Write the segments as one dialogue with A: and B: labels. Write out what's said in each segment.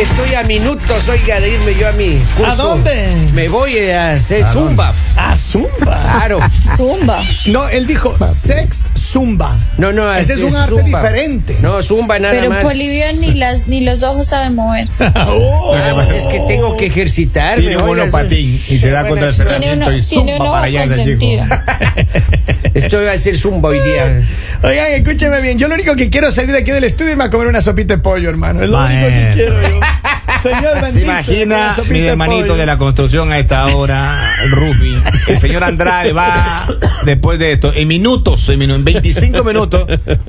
A: Estoy a minutos, oiga, de irme yo a mi curso.
B: ¿A dónde?
A: Me voy a hacer zumba.
B: Ah, Zumba.
A: Claro.
C: Zumba.
B: No, él dijo sex Zumba.
A: No, no,
B: Ese es un arte diferente.
A: No, zumba nada
C: Pero
A: más.
C: Polivio ni, las, ni los ojos saben mover.
B: Oh.
A: Ah, es que tengo que ejercitarme.
D: Tiene un
A: oiga,
D: monopatín
A: eso-
D: y se da contra el
A: Buenas-
C: Tiene un,
D: Fernando
C: ojo-
D: y
C: tiene un
D: zumba
C: ojo
D: para allá ese chico.
C: consentido.
A: Estoy a hacer zumba hoy día.
B: Oigan, escúcheme bien. Yo lo único que quiero es salir de aquí del estudio y me voy a comer una sopita de pollo, hermano. Es lo único que
D: Maestro.
B: quiero yo. Señor Bandizo,
D: ¿Se imagina
B: una sopita
D: mi
B: de
D: hermanito
B: pollo.
D: de la construcción a esta hora, el Rufi? El señor Andrade va, después de esto, en minutos, en, minu- en 25 minutos,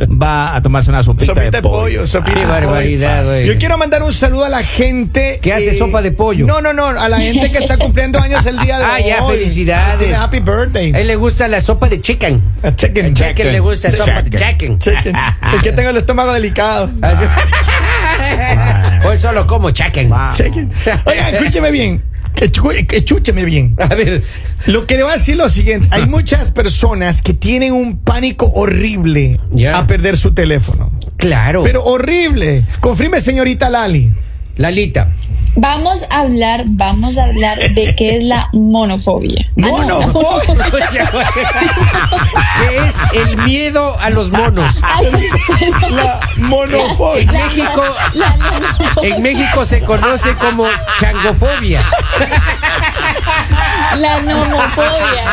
D: va a tomarse una sopita,
B: Sopita de pollo, sopita
A: Qué
B: de pollo.
A: barbaridad, güey.
B: Yo quiero mandar un saludo a la gente
A: ¿Que hace sopa de pollo?
B: No, no, no, a la gente que está cumpliendo años el día de
A: Ah,
B: hoy.
A: ya, felicidades.
B: Así de happy birthday.
A: A él le gusta la sopa de chicken.
B: Chequen,
A: A chicken le gusta
D: Chicken.
A: sopa de chicken.
B: chequen. Es que tengo el estómago delicado.
A: Así- Hoy solo como chicken.
B: Chequen. Oiga, escúcheme bien. Escu- Escúcheme bien.
A: A ver,
B: Lo que le voy a decir es lo siguiente: hay muchas personas que tienen un pánico horrible
A: Ya.
B: a perder su teléfono.
A: claro.
B: Pero horrible. Confirme, señorita Lali.
A: Lalita.
C: Vamos a hablar, vamos a hablar de qué es la monofobia. Ah, no, la
B: Monofobia.
A: O sea, que es el miedo a los monos.
C: Ay, perdón.
B: La monofobia.
A: En México,
C: La mono-
A: en México se conoce como changofobia.
C: la nomofobia.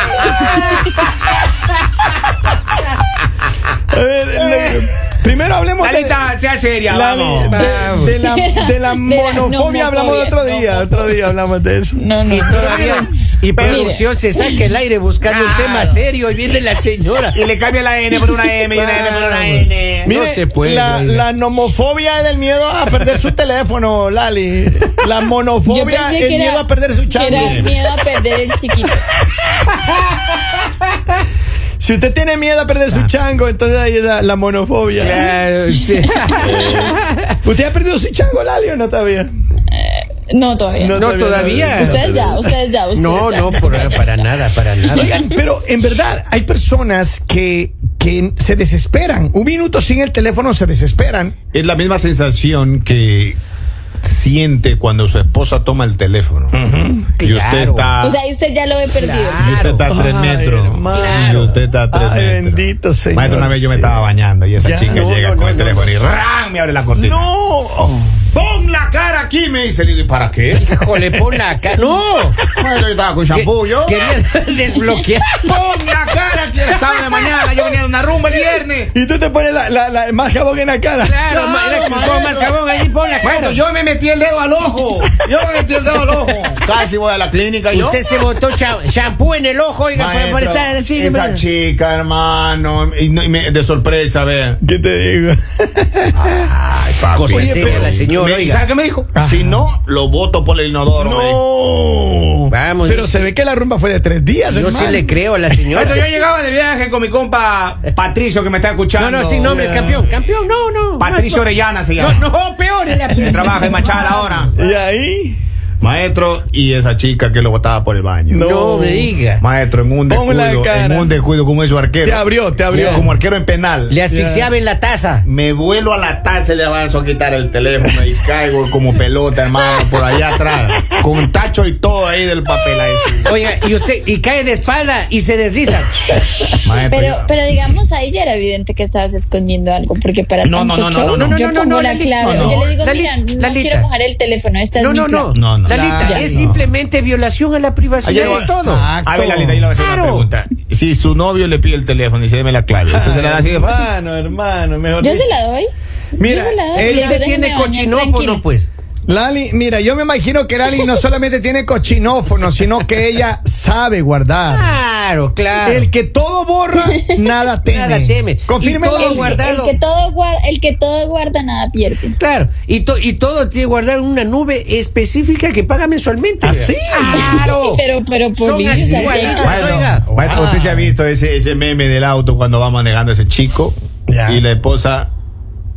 B: A ver, le- primero hablemos de-
D: Lalita, sea seria,
B: la-
D: vamos.
B: de,
A: Vamos.
B: de la, de la
C: De la
B: monofobia. Hablamos de otro día.
C: nomofobia.
B: Otro día hablamos de eso.
C: No, no.
A: Y todavía, y producción se saca el aire buscando un tema serio y viene la señora.
D: Y le cambia la N por una M y una N por una N.
A: No se puede,
B: La,
A: oiga.
B: la nomofobia es el miedo a perder su teléfono, Lali. La
C: Yo
B: monofobia
C: pensé
B: es
C: que
B: el miedo
C: era,
B: a perder su
C: que era
B: chango.
C: miedo a perder el chiquito.
B: Si usted tiene miedo a perder su chango, entonces ahí es la, la monofobia.
A: Claro, sí.
B: ¿Usted ha perdido su chango, Lali, o no todavía?
C: No, todavía.
A: No, todavía.
C: Ustedes ya, ustedes ya. Ustedes
A: No,
C: ya.
A: no, por- para nada, para nada.
B: Oigan, pero en verdad hay personas que, que se desesperan. Un minuto sin el teléfono se desesperan.
D: Es la misma sensación que siente cuando su esposa toma el teléfono. Y usted
A: Claro.
D: está...
C: O sea, ahí usted ya lo he perdido.
D: Y usted está a tres
B: Ay,
D: metros.
B: hermano.
D: Y usted está a tres
B: Ay,
D: metros.
B: bendito señor.
D: Maestro, una vez yo me
B: Sí.
D: estaba bañando y esa
B: Ya.
D: chica
A: No,
D: llega
A: no,
D: con
A: no,
D: el
A: no.
D: teléfono y ¡ram! me abre la cortina.
B: ¡No!
D: ¡Pon la cara aquí! Me dice. Le digo, ¿y para qué?
A: Híjole, pon acá. ¡No!
D: Maestro, yo estaba con shampoo yo.
A: Quería desbloquear.
D: ¡Pon la cara aquí! El sábado de mañana yo venía de una rumba el viernes.
B: Y tú te pones la, la, la- más jabón en la cara.
A: Claro, ma- era que
D: maestro.
A: pon más jabón ahí, pon la cara.
D: Maestro, yo me metí el dedo al ojo. Yo me metí el dedo al ojo. Casi voy a la clínica yo.
A: Usted se botó cha- shampoo en el ojo, oiga, para,
D: Maestro,
A: para estar así.
D: esa
A: hermano.
D: chica, hermano, y no- y me- de sorpresa, vea.
B: ¿Qué te digo?
D: Ay, papi.
A: Cosa seria la señora,
D: Me-
A: oiga. Ah.
D: ¿Sabe qué me dijo? Si no, lo voto por el inodoro. me dijo.
B: ¡No!
A: Vamos,
B: Pero
A: yo
B: se
A: sí-
B: ve que la rumba fue de tres días,
A: Yo sí
B: hermano.
A: le creo a la
D: Maestro, yo
A: señora.
D: llegaba de viaje con mi compa Patricio, que me está escuchando.
A: No, no, sin nombres, campeón. Campeón, no, no.
D: Patricio Orellana se
A: No,
D: llama.
A: no, peor. es la-
D: Que trabaja en Machal ahora.
B: ¿Y ahí?
D: Maestro, y esa chica que lo botaba por el baño.
A: No, me diga.
D: Maestro, en un
B: Pon la
D: descuido, en
B: cara.
D: un descuido como hizo arquero.
B: Te abrió, te abrió.
A: Ya.
D: Como arquero en penal.
A: Le asfixiaba en la taza.
D: Me vuelo a la taza y le avanzo a quitar el teléfono y caigo como pelota, hermano, por allá atrás. Con tacho y todo ahí del papel ahí.
A: Oiga, y usted, y cae de espalda y se desliza.
D: Maestro.
C: Pero,
D: yo-
C: pero digamos, ahí ya era evidente que estabas escondiendo algo, porque para
D: No, no,
C: tanto
D: no,
C: show,
D: no, no, no,
C: yo
A: no, no,
C: pongo
A: no,
C: la
A: Lali,
C: clave.
A: no,
C: o yo
A: no.
C: le digo,
A: Lali-
C: mira, no
A: Lalita.
C: quiero mojar el teléfono, esta
A: No,
C: es mi
A: no, no.
C: clave.
D: No, no.
A: Lalita,
C: Ya,
A: es
C: no.
A: simplemente violación a la privacidad.
D: Ayer-
A: Es todo.
B: Exacto.
D: A ver, Lalita, yo le voy a hacer
A: Claro.
D: una pregunta. Si su novio le pide el teléfono y se deme la clave, ¿usted se la da así de fácil?
B: Hermano, hermano, mejor.
C: Yo
B: dicho.
C: se la doy.
B: Mira,
C: yo se la doy.
B: él
C: le
A: Ella
C: digo, "Déjame
A: tiene
C: bañar,
A: cochinófono,
C: tranquila".
A: pues.
B: Lali, mira, yo me imagino que Lali no solamente tiene cochinófono, sino que ella sabe guardar.
A: Claro, claro.
B: El que todo borra, nada teme.
A: Ah. Nada teme.
B: Confirme,
A: Y todo
C: El que,
A: guardado.
C: el que todo guarda, el que todo guarda, nada pierde.
A: Claro, y, to- y todo tiene que guardar en una nube específica que paga mensualmente.
B: ¿Ah, sí?
A: ¡Claro!
C: Pero, ¿eh? pero, por
A: Son
C: Dios,
A: así
C: Santiago.
A: igualitas,
D: Maestro,
A: oiga.
D: maestro, usted se ha visto ese, ese meme del auto cuando va manejando ese chico
B: Ya.
D: y la esposa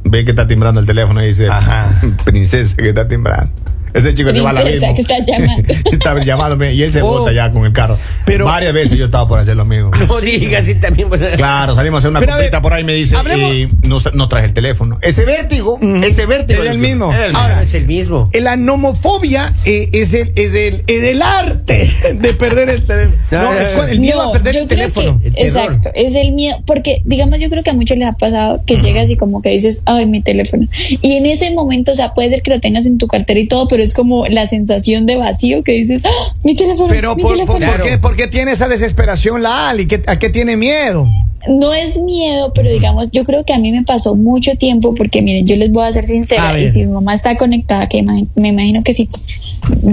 D: ve que está timbrando el teléfono y dice,
B: Ajá.
D: princesa que está timbrando. Ese chico se va a la
C: Princesa
D: misma.
C: que está llamando.
D: Está llamándome y él se
A: Oh.
D: bota ya con el carro.
B: Pero-
D: Varias veces yo estaba por hacer lo mismo.
A: No digas si también.
D: Claro, salimos a hacer una
B: Pero a ver,
D: copita por ahí, me dice,
B: hablemos-
D: y no, sa- no traje el teléfono. Ese vértigo, ese vértigo.
B: Es el
D: del-
B: mismo.
D: es el
A: Ahora es el mismo.
B: La nomofobia eh, es, el, es, el, es el arte de perder el teléfono.
A: No,
B: No,
A: no,
B: es
A: no.
B: cuando- el miedo
C: No,
B: a perder
C: yo
B: el
C: creo
B: teléfono.
C: que-
A: El terror.
C: exacto, es el miedo, porque digamos yo creo que a muchos les ha pasado que llegas y como que dices, ay, mi teléfono. Y en ese momento, o sea, puede ser que lo tengas en tu cartera y todo, pero es como la sensación de vacío que dices, "Ah, mi teléfono.
B: Pero
C: mi
B: por, por-
C: teléfono".
B: ¿por
A: Claro.
B: qué, por qué tiene esa desesperación la Ali? ¿Qué- ¿A qué tiene miedo?
C: No es miedo, pero digamos, yo creo que a mí me pasó mucho tiempo porque miren, yo les voy a ser
B: A
C: sincera
B: ver.
C: y si mi mamá está conectada, que ima- me imagino que sí,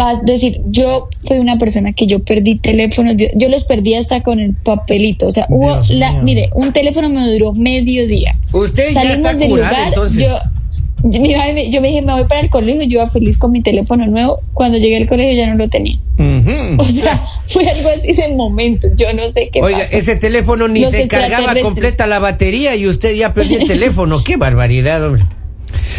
C: va a decir, yo fui una persona que yo perdí teléfonos, yo, yo los perdí hasta con el papelito, o sea, hubo
B: Dios
C: la,
B: mío.
C: mire, un teléfono me duró medio día.
A: Usted ya
C: Salimos
A: está
C: del
A: curado,
C: lugar,
A: entonces.
C: yo... yo- mi mamá me- yo me dije, me voy para el colegio, yo iba feliz con mi teléfono nuevo. Cuando llegué al colegio ya no lo tenía. O sea, fue algo así de momento. Yo no sé qué
A: Oiga,
C: pasó.
A: ese teléfono ni
C: Los
A: se cargaba
C: extraterrestres.
A: completa la batería y usted ya perdió el teléfono. ¡Qué barbaridad, hombre!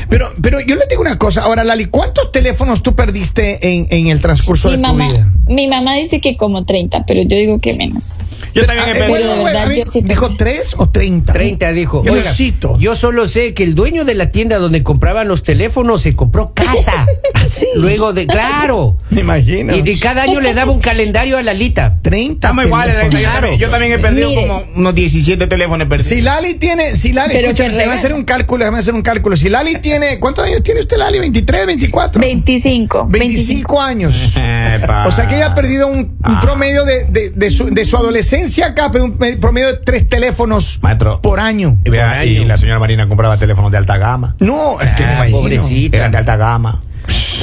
B: Pero, pero yo le digo una cosa. Ahora, Lali, ¿cuántos teléfonos tú perdiste en, en el transcurso
C: mi
B: de
C: mamá,
B: tu vida?
C: Mi mamá dice que como 30, pero yo digo que menos.
D: Yo también
B: Ah,
D: he
B: eh,
D: perdido.
C: Pero de
B: bueno,
C: verdad,
B: a ver,
C: yo sí
B: ¿Dijo tres o treinta?
A: 30 dijo.
B: Yo necesito.
A: yo solo sé que el dueño de la tienda donde compraban los teléfonos se compró casa.
B: Ah,
A: Luego de, claro.
B: Me imagino.
A: Y, y cada año le daba un calendario a Lalita.
B: 30
D: Estamos iguales,
B: teléfonos.
D: yo también- yo también he perdido
C: Mire.
D: como unos 17 teléfonos perdidos.
B: Si Lali tiene, si Lali,
C: Pero
B: escucha,
C: que
B: te voy a hacer
C: regalo.
B: un cálculo, déjame hacer un cálculo. Si Lali tiene, ¿cuántos años tiene usted, Lali? ¿23, 24?
C: 25. 25.
B: 25 años.
D: Epa.
B: O sea que ella ha perdido un, un
D: Ah.
B: promedio de, de- de su, de su adolescencia acá, pero un me- promedio de tres teléfonos
D: Maestro.
B: por año.
D: Y, vea, y la señora Marina compraba teléfonos de alta gama.
B: No, es que me
A: Ah,
B: imagino.
A: pobrecita.
D: Eran de alta gama.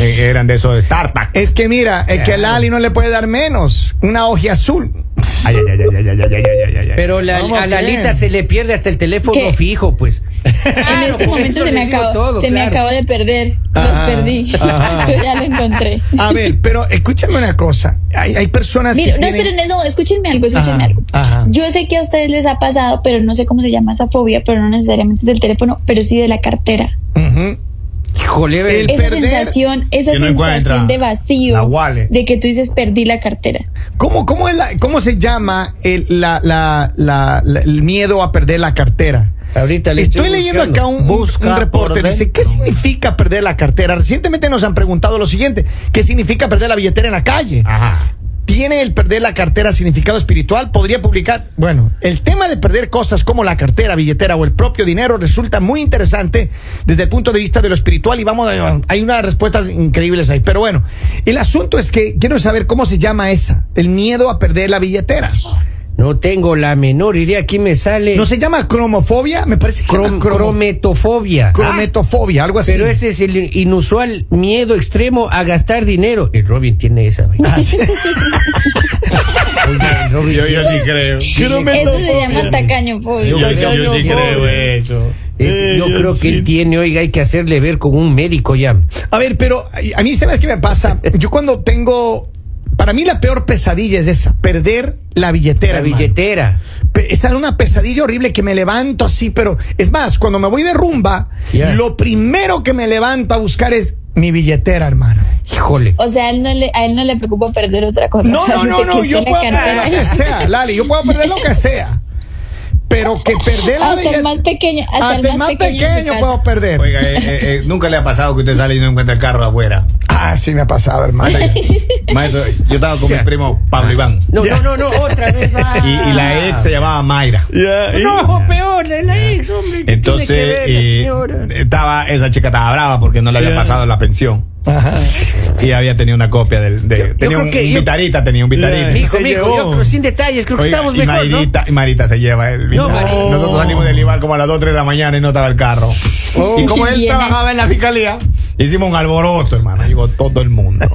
D: Eh, Eran de esos de StarTac. Ay,
B: Es que mira, es que Lali no le puede dar menos. Una hoja azul.
D: ay, ay, ay, ay, ay, ay, ay, ay, ay, ay.
A: Pero la-
B: Vamos
A: a Lalita
B: bien.
A: se le pierde hasta el teléfono
C: ¿Qué?
A: fijo, pues.
C: en
A: Claro,
C: este
A: por
C: momento
A: eso
C: se me
A: les digo
C: acabó,
A: todo,
C: se me
A: claro.
C: acabó de perder.
B: Ajá,
C: los perdí.
B: ajá.
C: Yo ya lo encontré.
B: A ver, pero escúchame una cosa. Hay, hay personas
C: Mira,
B: que.
C: no,
B: tienen-
C: esperen, no, escúchenme algo, escúchenme
B: Ajá,
C: algo.
B: ajá.
C: Yo sé que a ustedes les ha pasado, pero no sé cómo se llama esa fobia, pero no necesariamente del teléfono, pero sí de la cartera.
B: Ujú.
A: Híjole,
B: El-
C: Esa
B: perder,
C: sensación, esa
D: que no encuentra
C: sensación de
D: la
C: vacío,
D: wallet.
C: de que tú dices perdí la cartera.
B: ¿Cómo, cómo, es la- cómo se llama el, la- la- la- la- el miedo a perder la cartera?
A: ahorita le
B: Estoy leyendo
A: buscando.
B: acá un, un
D: Busca
B: reporte.
D: por
B: Dice,
D: dentro.
B: ¿qué significa perder la cartera? Recientemente nos han preguntado lo siguiente. ¿Qué significa perder la billetera en la calle?
D: Ajá.
B: ¿Tiene el perder la cartera significado espiritual? Podría publicar. Bueno, el tema de perder cosas como la cartera, billetera o el propio dinero resulta muy interesante desde el punto de vista de lo espiritual y vamos a, hay unas respuestas increíbles ahí. Pero bueno, el asunto es que quiero saber cómo se llama esa, el miedo a perder la billetera.
A: No tengo la menor idea. Aquí me sale
B: ¿No se llama cromofobia? Me parece que se
A: crom-
B: llama cromo-
A: crometofobia.
B: crometofobia, algo así.
A: Pero ese es el inusual miedo extremo a gastar dinero. El Robin tiene esa vaina.
B: Ah,
A: Ah, Oye, el Robin
D: Yo, yo
A: tiene-
D: sí creo.
C: Eso se llama tacañofobia.
D: Yo, yo- yo sí creo eso.
A: es- yo
D: Eh,
A: creo que
D: sí.
A: él tiene, oiga, hay que hacerle ver con un médico ya.
B: A ver, pero a mí sabes qué me pasa. Yo cuando tengo, para mí la peor pesadilla es esa, perder la billetera.
A: La
B: hermano.
A: billetera.
B: Pe- Esa es una pesadilla horrible que me levanto así, pero es más, cuando me voy de rumba,
A: Ya.
B: lo primero que me levanto a buscar es mi billetera, hermano.
A: Híjole.
C: O sea, a él no le, a él no le preocupa perder otra cosa.
B: No, no, no,
C: Dice
B: no,
C: que
B: yo
C: está
B: puedo
C: la
B: perder lo que
C: cartera.
B: sea, Lali, yo puedo perder lo que sea. Pero que perder la
C: Hasta el más pequeño, hasta, el más, pequeño, en su casa.
B: puedo perder.
D: Oiga, eh, eh, eh, nunca le ha pasado que usted sale y no encuentra el carro afuera.
B: Ah, sí me ha pasado, hermano.
D: Maestro, yo estaba con mi primo Pablo Iván.
A: No, no, no, no, otra vez. va.
D: Y, y la ex se llamaba Mayra.
A: No, peor, la- la ex, hombre. ¿qué
D: Entonces,
A: tiene que ver la
D: eh,
A: señora?
D: estaba, esa chica estaba brava porque no le había pasado la pensión. Y había tenido una copia del. de-
A: yo
D: tenía
A: creo
D: un,
A: que
D: un
A: yo-
D: vitarita, tenía un vitarita.
B: Sí,
A: Mijo,
B: se
A: mijo,
B: llevó.
A: yo creo- sin detalles, creo que
D: Oiga,
A: estamos
D: y
A: mejor, ¿no?
D: Mayrita, y Marita se lleva el
A: No,
D: vitarita.
A: Mari-
D: Nosotros salimos del Ibar como a las 2, 3 de la mañana y no estaba el carro. Y como él
C: Bien
D: trabajaba
C: hecho.
D: en la fiscalía, hicimos un alboroto, hermano. Llegó todo el mundo.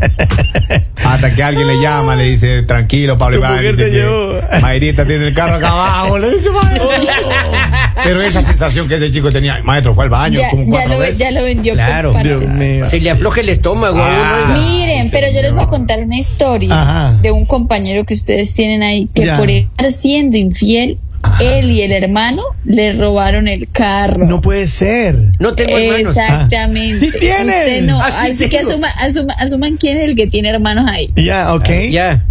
D: Hasta que alguien le llama, le dice, tranquilo, Pablo Iván. dice que Mayrita tiene el carro acá abajo. Le dice, "Mayrita". Pero esa sensación que ese chico tenía, maestro, fue al baño
C: Ya,
D: como
C: ya
D: cuatro
C: lo, ve-
D: veces.
C: ya lo vendió
A: Claro.
C: por partes.
A: Se le afloja el estómago. a uno,
D: Ah.
A: oiga.
C: Miren, pero yo les voy a contar una historia
B: Ajá.
C: de un compañero que ustedes tienen ahí que
B: Ya.
C: por estar siendo infiel él y el hermano le robaron el carro.
B: No puede ser.
A: No tengo hermanos.
C: Exactamente.
B: Sí tienen.
C: Usted no.
A: Ah, sí
C: Así que
A: tengo.
C: asuma, asuma- asuman quién es el que tiene hermanos ahí.
B: Ya, ok.
A: Ah, Ya.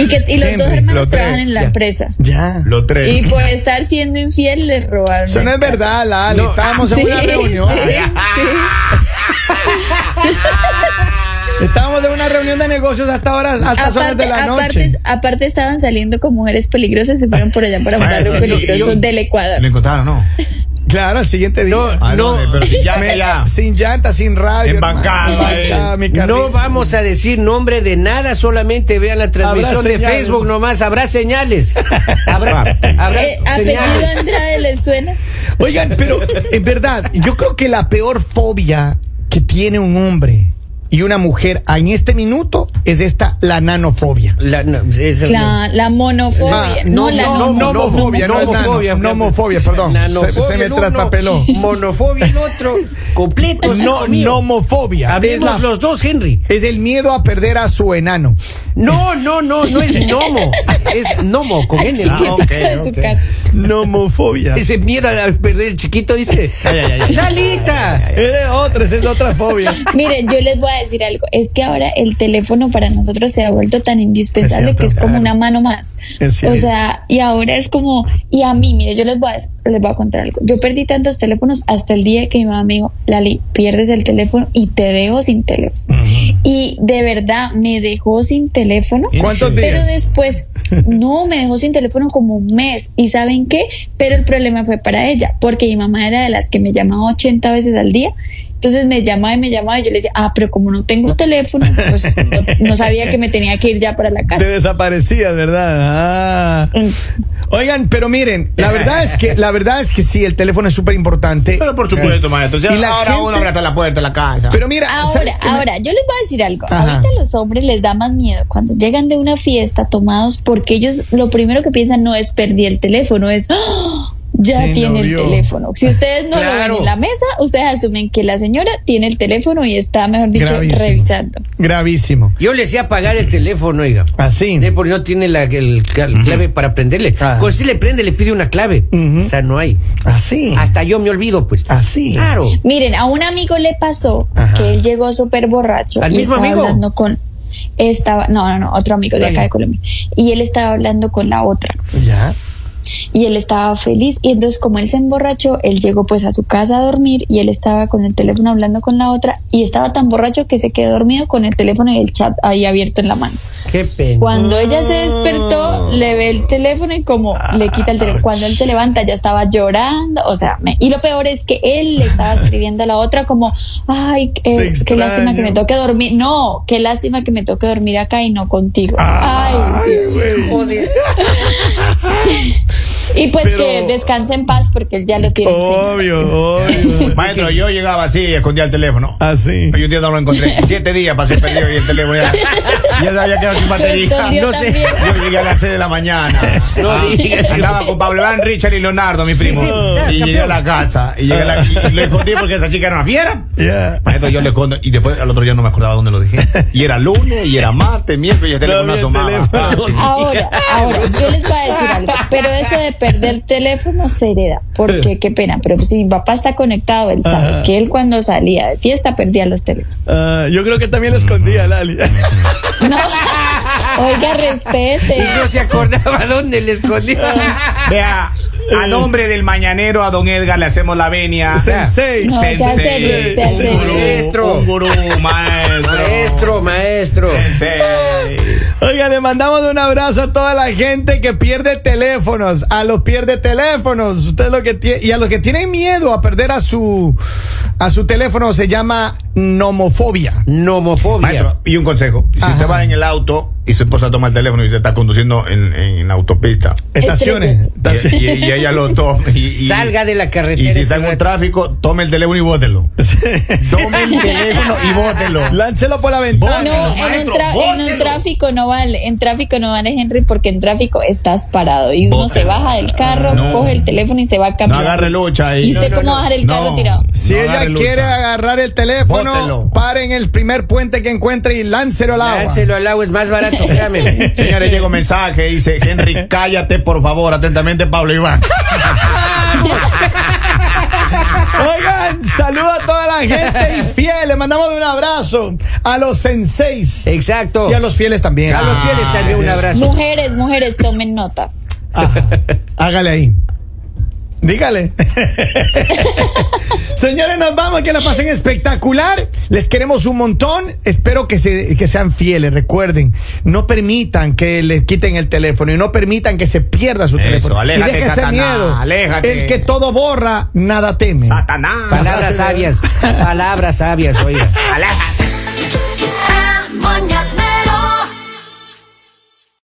C: Y, que, y los dos
D: Henry,
C: hermanos
D: los
C: trabajan
D: tres,
C: en la
A: ya.
C: empresa.
B: Ya.
D: Los
C: Y
D: tres.
C: por estar siendo infiel les robaron.
B: Eso no
C: el
B: es verdad, Lali.
A: No.
B: Estábamos en
C: Ah, Sí,
B: una reunión. ah,
C: sí,
B: Estábamos en una reunión de negocios hasta horas, hasta las horas de la
C: aparte,
B: noche.
C: aparte estaban saliendo con mujeres peligrosas, se fueron por allá para un
D: Bueno,
C: barrio
D: y-
C: peligroso
D: y-
C: del Ecuador.
D: ¿Lo encontraron no?
B: Claro, al siguiente día. Ah,
A: No,
D: ¿A
A: No.
D: dónde? Pero si ya me ya.
B: Sin llanta, sin radio.
D: Embancada,
B: hermano.
D: eh.
B: Embancada, mi
A: No
B: carrito.
A: vamos a decir nombre de nada, solamente vean la transmisión de
B: señales. Ah,
A: Facebook nomás, habrá señales. Habrá, habrá
C: Eh, apellido
A: señales.
C: Andrade les suena.
B: Oigan, pero en verdad, yo creo que la peor fobia que tiene un hombre y una mujer en este minuto es esta, la nanofobia.
A: La, no, es el-
C: La, la monofobia.
B: Ah,
C: no, la
B: no,
C: nomo-
B: nomofobia, no es nano,
A: nomofobia,
B: nomofobia, perdón.
A: Nanofobia
B: Se- se me
A: el
B: traspapeló.
A: uno, Monofobia el otro, completo.
B: No,
A: hijo mío.
B: nomofobia. Es,
A: Hablemos
B: la-
A: los dos, Henry.
B: es el miedo a perder a su enano.
A: No, no, no, no es gnomo. Es gnomo, con N.
C: Así que
D: Ah,
C: saca
D: ok,
C: de su
D: ok.
C: casa.
B: Nomofobia.
A: Ese miedo al perder el chiquito dice.
D: Ay, ay, ay, ay.
A: ¡Lalita!
B: Es otra, esa es otra fobia.
C: Miren, yo les voy a decir algo. Es que ahora el teléfono para nosotros se ha vuelto tan indispensable
B: Es cierto,
C: que es como
B: claro.
C: una mano más.
B: Es cierto.
C: O sea, y ahora es como. Y a mí, mire, yo les voy a, les voy a contar algo. Yo perdí tantos teléfonos hasta el día que mi mamá me dijo, Lali, pierdes el teléfono y te dejo sin teléfono. Y de verdad me dejó sin teléfono.
B: ¿Cuántos
C: Pero
B: días?
C: después, no, me dejó sin teléfono como un mes. ¿Y saben qué? Pero el problema fue para ella, porque mi mamá era de las que me llamaba 80 veces al día. Entonces me llamaba y me llamaba y yo le decía, ah, pero como no tengo teléfono, pues no, no sabía que me tenía que ir ya para la
B: Te
C: casa.
B: desaparecías, ¿verdad? Ah. Oigan, pero miren, la verdad es que la verdad es que sí, el teléfono es súper importante.
D: Pero por supuesto, maestro. Ya
B: Y la
D: ahora
B: gente-
D: uno abre hasta la puerta de la casa.
B: Pero mira,
C: Ahora,
B: ¿sabes qué me-
C: ahora, yo les voy a decir algo.
B: Ajá.
C: Ahorita a los hombres les da más miedo cuando llegan de una fiesta tomados porque ellos lo primero que piensan no es perdí el teléfono, es "Ah, ya
B: Sí, lo
C: tiene el
B: vio".
C: teléfones. Si ustedes no lo
A: Claro.
C: ven en la mesa, ustedes asumen que la señora tiene el teléfono y está, mejor dicho,
B: Gravísimo.
C: revisando.
B: Gravísimo.
A: Yo le sé apagar el teléfono, oiga.
B: Así.
A: Eh, Porque no tiene la el cla- clave para prenderle.
B: Ah.
A: Cuando sí le prende, le pide una clave.
B: Ujú.
A: O sea, no hay.
B: Así.
A: Hasta yo me olvido, pues.
D: Ah.
B: Así.
A: Claro.
C: Miren, a un amigo le pasó
B: Ajá.
C: que él llegó súper borracho.
A: ¿Al
C: y
A: mismo
C: estaba
A: amigo?
C: hablando con. Estaba, no, no, no, otro amigo de acá
A: Vaya.
C: de Colombia. Y él estaba hablando con la otra.
B: Ya.
C: y él estaba feliz y entonces como él se emborrachó, él llegó pues a su casa a dormir y él estaba con el teléfono hablando con la otra y estaba tan borracho que se quedó dormido con el teléfono y el chat ahí abierto en la mano.
A: Qué pena.
C: Cuando ella se despertó, le ve el teléfono y como le quita el teléfono. Cuando él se levanta ya estaba llorando, o sea, me- y lo peor es que él le estaba escribiendo a la otra como, ay, eh,
B: Te
C: qué lástima
B: extraño".
C: que me toque dormir, no, qué lástima que me toque dormir acá y no contigo.
B: Ah,
C: ay Dios.
A: Joder.
C: Y pues
B: Pero-
C: que descanse en paz porque él ya lo tiene. encima.
B: Obvio, obvio.
D: Pues Maestro, yo llegaba así, escondía el teléfono.
A: Ah,
B: Así.
D: Yo un día no lo encontré. Siete días pasé perdido y el teléfono ya, ya se había quedado sin batería.
C: escondió
A: no sé.
C: también.
D: Yo llegué a las 6 de la mañana.
A: No
D: Ah,
A: digas.
D: andaba con Pablo Iván, Richard y Leonardo, mi primo.
A: sí, ya,
D: y llegué a
A: campeón.
D: la casa. Y llegué a la, y lo escondí porque esa chica era una fiera.
B: Ya.
D: Maestro, yo lo escondo. Y después al otro día no me acordaba dónde lo dije. Y era lunes, y era martes, miércoles, y el teléfono
B: No
D: no
B: había
D: asomaba.
B: teléfono.
D: Ah,
C: Ahora, ahora, yo les voy a decir algo, pero eso de perder teléfono se hereda, porque qué pena, pero si mi papá está conectado, él sabe que él cuando salía de fiesta perdía los teléfonos.
B: Ah, yo creo que también lo escondía, Lali.
C: No, oiga, respete.
A: Y no se acordaba dónde le escondía.
D: Vea, a
A: Eh.
D: nombre del mañanero, a don Edgar, le hacemos la venia.
B: Sensei.
C: No, sea
D: Sensei,
C: serio, sea
D: un
C: serio.
D: gurú,
A: Maestro.
D: un gurú, maestro.
A: Maestro, maestro.
D: Sensei.
B: Oiga, le mandamos un abrazo a toda la gente que pierde teléfonos, a los pierde teléfonos, usted lo que tie- y a los que tienen miedo a perder a su a su teléfono se llama nomofobia.
A: Nomofobia.
D: Maestro, y un consejo. Si usted va en el auto y su esposa toma el teléfono y usted está conduciendo en, en autopista.
B: Estaciones.
C: Estrellas.
D: Y,
B: Estaciones.
D: y- y ella lo toma. Y, y-
A: Salga de la carretera.
D: Y si está en
A: ese
D: un
A: rato.
D: tráfico, tome el teléfono y bótelo. Tome el teléfono y bótelo.
B: Láncelo por la ventana.
C: No, en un,
D: Maestro,
C: tra- en un
D: bótelo.
C: tráfico no vale, en tráfico no vale, Henry, porque en tráfico estás parado y uno
D: Bótelo. Ah,
C: se baja del carro,
D: No.
C: coge el teléfono y se va a
D: No
C: caminar.
D: agarre lucha ahí.
C: ¿Y usted cómo va a dejar el carro tirado?
B: Si
D: No
B: ella
D: agarre lucha.
B: quiere agarrar el teléfono,
D: Bótelo.
B: paren el primer puente que encuentre y láncelo al agua.
A: Láncelo al agua, es más barato momento, espérame.
D: Señores, llega un mensaje, dice, Henry, cállate por favor, atentamente Pablo Iván.
B: Oigan, saludo a toda la gente infiel. Le mandamos un abrazo a los senseis
A: Exacto.
B: y a los fieles también.
A: Eh, A los fieles también un abrazo.
C: Mujeres, mujeres, tomen nota.
B: Ah, hágale ahí. Dígale. Señores, nos vamos, que la pasen espectacular. Les queremos un montón. Espero que, se- que sean fieles. Recuerden, no permitan que les quiten el teléfono y no permitan que se pierda su
D: Eso,
B: teléfono.
D: aléjate,
B: y déjese
D: Satanás,
B: miedo.
D: aléjate.
B: El que todo borra, nada teme.
D: Satanás.
A: Palabras sabias. Palabras sabias, oiga.
D: Aléjate.